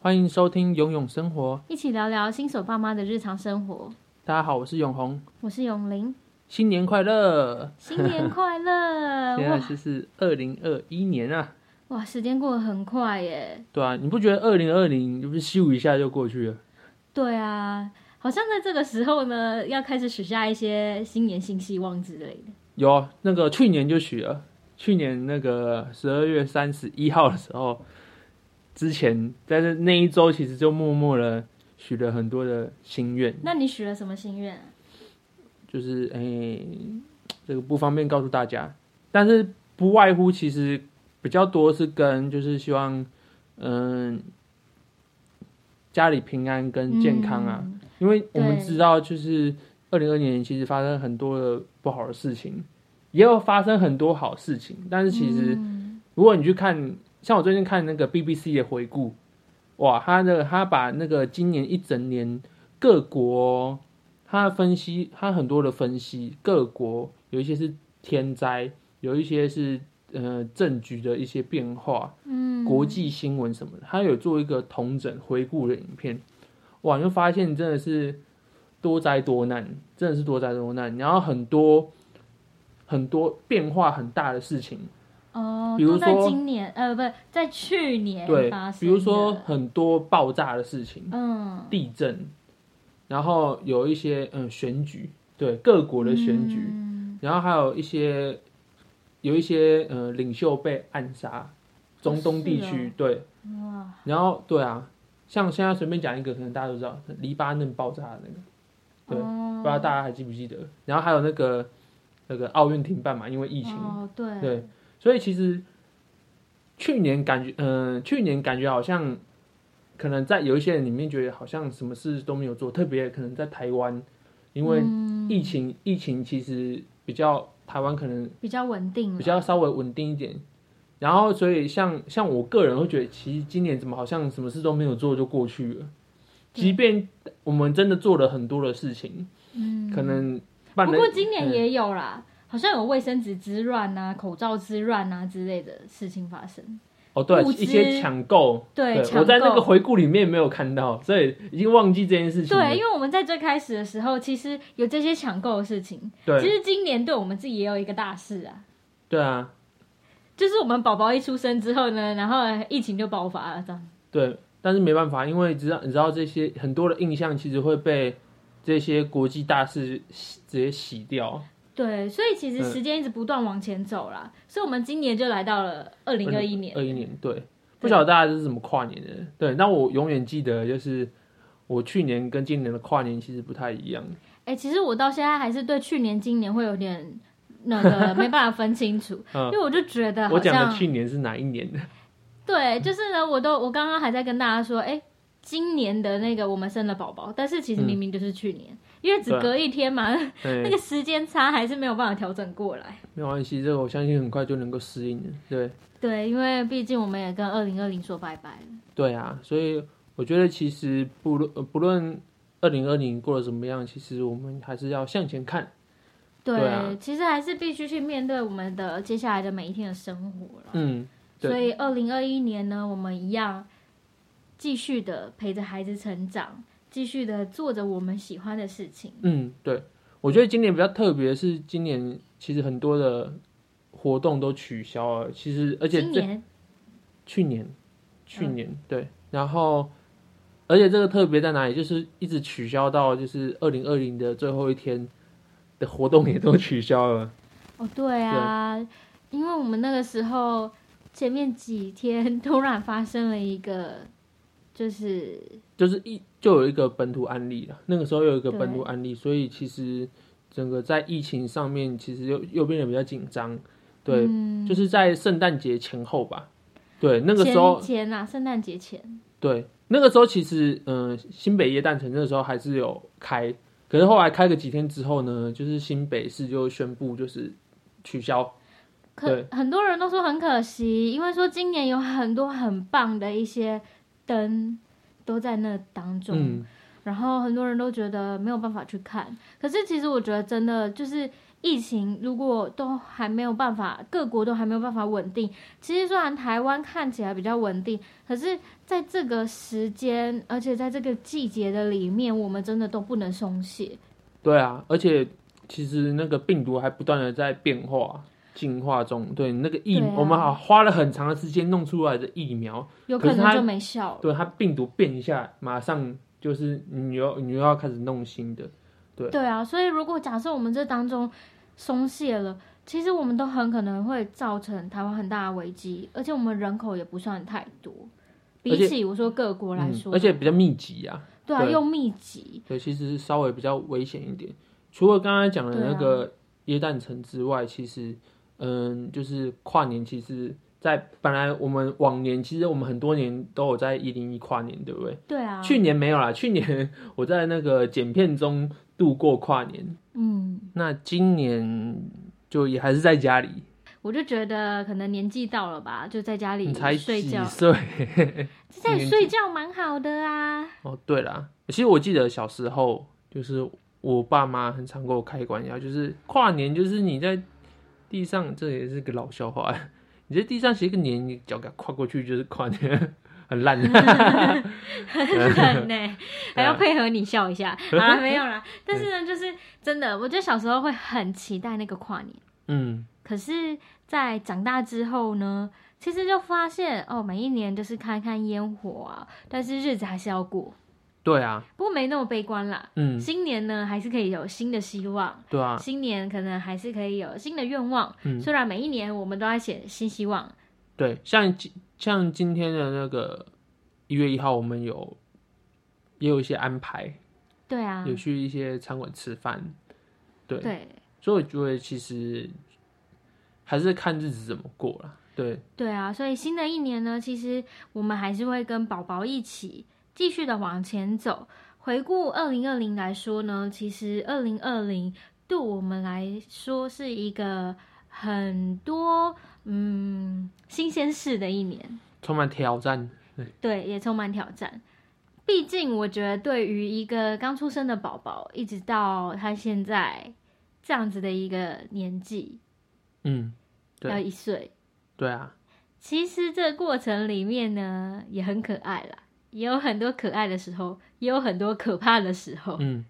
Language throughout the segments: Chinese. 欢迎收听《永永生活》，一起聊聊新手爸妈的日常生活。大家好，我是永红，我是永 玲，新年快乐！新年 快乐！现在哇是是二零二一年啊，哇，时间过得很快耶。对啊，你不觉得二零二零就是咻一下就过去了？对啊，好像在这个时候呢，要开始许下一些新年新希望之类的。有啊那个去年就许了，去年那个十二月三十一号的时候，之前在这那一周其实就默默的许了很多的心愿，那你许了什么心愿啊、就是哎、这个不方便告诉大家，但是不外乎其实比较多是跟就是希望，嗯、家里平安跟健康啊，嗯因为我们对知道就是二零二年其实发生很多的不好的事情，也有发生很多好事情，但是其实嗯如果你去看，像我最近看那个 BBC 的回顾，哇，他的他把那个今年一整年各国，他分析他很多的分析，各国有一些是天灾，有一些是呃政局的一些变化，嗯国际新闻什么的，他有做一个统整回顾的影片，哇，你就发现真的是多灾多难，真的是多灾多难，然后很多很多变化很大的事情。哦，比如都在说今年呃，不在去年对发，生。比如说，很多爆炸的事情、嗯，地震，然后有一些嗯选举，对各国的选举，嗯然后还有一些有一些呃领袖被暗杀，中东地区、是哦对，哇，然后对啊，像现在随便讲一个，可能大家都知道黎巴嫩爆炸的那个，对不知道哦，大家还记不记得？然后还有那个那个奥运停办嘛，因为疫情，哦，对对，所以其实去年感觉，嗯、去年感觉好像可能在有一些人里面觉得好像什么事都没有做，特别可能在台湾，因为嗯疫情，疫情其实比较台湾可能比较稳定了，比较稍微稳定一点。然后，所以像像我个人会觉得，其实今年怎么好像什么事都没有做就过去了，对即便我们真的做了很多的事情，嗯可能办了不过今年嗯也有啦，好像有卫生纸之乱啊、口罩之乱啊之类的事情发生。哦，对，物一些资抢购，对对，抢我在那购个回顾里面没有看到，所以已经忘记这件事情了。对，因为我们在最开始的时候，其实有这些抢购的事情。其对，实今年对我们自己也有一个大事啊，对啊，就是我们宝宝一出生之后呢，然后疫情就爆发了，这样。对，但是没办法，因为知道你知道这些很多的印象其实会被这些国际大事洗直接洗掉。对，所以其实嗯时间一直不断往前走啦，所以我们今年就来到了二零二一年。二一年，对，不晓得大家这是怎么跨年的。对，那我永远记得就是我去年跟今年的跨年其实不太一样。哎、其实我到现在还是对去年、今年会有点 那个没办法分清楚，嗯因为我就觉得我好讲像的去年是哪一年 的？对，就是呢，我都我刚刚还在跟大家说，哎，今年的那个我们生了宝宝，但是其实明明就是去年，因为只对啊隔一天嘛， 那嗯对，个时间差还是没有办法调整过来。没关系，这个我相信很快就能够适应的。对。对，因为毕竟我们也跟二零二零说拜拜了。对啊，所以我觉得其实不论呃不论二零二零过得怎么样，其实我们还是要向前看。对，对啊其实还是必须去面对我们的接下来的每一天的生活了。嗯，对所以二零二一年呢，我们一样继续的陪着孩子成长，继续的做着我们喜欢的事情。嗯，对，我觉得今年比较特别是今年其实很多的活动都取消了，其实而且今这年嗯去年去年、对，然后而且这个特别在哪里，就是一直取消到就是二零二零的最后一天的活动也都取消了。哦，对啊，因为我们那个时候前面几天 突然发生了一个，就是就是一就有一个本土案例了，那个时候有一个本土案例，所以其实整个在疫情上面其实又又变得比较紧张，对，嗯就是在圣诞节前后吧，对，那个前时候前啊，圣诞节前，对那个时候其实嗯、呃新北耶诞城那个时候还是有开，可是后来开个几天之后呢，就是新北市就宣布就是取消，可对很多人都说很可惜，因为说今年有很多很棒的一些灯都在那当中，嗯，然后很多人都觉得没有办法去看，可是其实我觉得真的就是疫情如果都还没有办法，各国都还没有办法稳定。其实虽然台湾看起来比较稳定，可是在这个时间，而且在这个季节的里面，我们真的都不能松懈。对啊，而且其实那个病毒还不断的在变化、进化中。对，那个疫，对啊我们好花了很长的时间弄出来的疫苗，有可可是能它就没效了。对它病毒变一下，马上就是你又你又要开始弄新的。对对啊，所以如果假设我们这当中松懈了，其实我们都很可能会造成台湾很大的危机，而且我们人口也不算太多，而且比起我说各国来嗯说，而且比较密集啊。对啊，对又密集，对，其实稍微比较危险一点。除了刚才讲的那啊个椰蛋城之外，其实，嗯，就是跨年，其实在本来我们往年，其实我们很多年都有在一零一跨年，对不对？对啊，去年没有啦，去年我在那个剪片中度过跨年。嗯，那今年就也还是在家里，我就觉得可能年纪到了吧，就在家里你才睡几觉，岁？在家里年纪睡觉蛮好的啊， 哦，对啦，其实我记得小时候，就是我爸妈很常给我开玩笑，就是跨年，就是你在地上，这也是个老笑话， 你在地上写个年，你脚给它跨过去就是跨年， 很 烂。 很呢，还啊要配合你笑一下。好啦，没有啦。但是呢，就是真的，我觉得小时候会很期待那个跨年，嗯，可是，在长大之后呢，其实就发现哦，每一年就是看看烟火啊，但是日子还是要过，对啊，不过没那么悲观啦。嗯，新年呢，还是可以有新的希望，对啊，新年可能还是可以有新的愿望。嗯虽然每一年我们都在写新希望，对，像今像今天的那个一月一号，我们有也有一些安排，对啊，有去一些餐馆吃饭，对，对所以我觉得其实还是看日子怎么过啦。对，对啊，所以新的一年呢，其实我们还是会跟宝宝一起继续的往前走。回顾二零二零来说呢，其实二零二零对我们来说是一个很多嗯新鲜事的一年，充满挑战。对，也充满挑战。毕竟我觉得，对于一个刚出生的宝宝，一直到他现在这样子的一个年纪，嗯，对要一岁，对啊，其实这过程里面呢，也很可爱啦，也有很多可爱的时候，也有很多可怕的时候。嗯，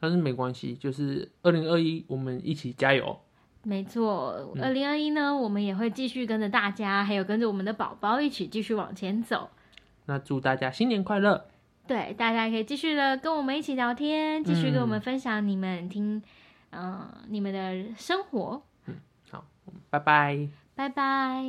但是没关系，就是二零二一，我们一起加油。没错，二零二一呢，我们也会继续跟着大家，还有跟着我们的宝宝一起继续往前走。那祝大家新年快乐！对，大家也可以继续的跟我们一起聊天，继续跟我们嗯分享你们听，呃嗯、你们的生活。好，拜拜。拜拜。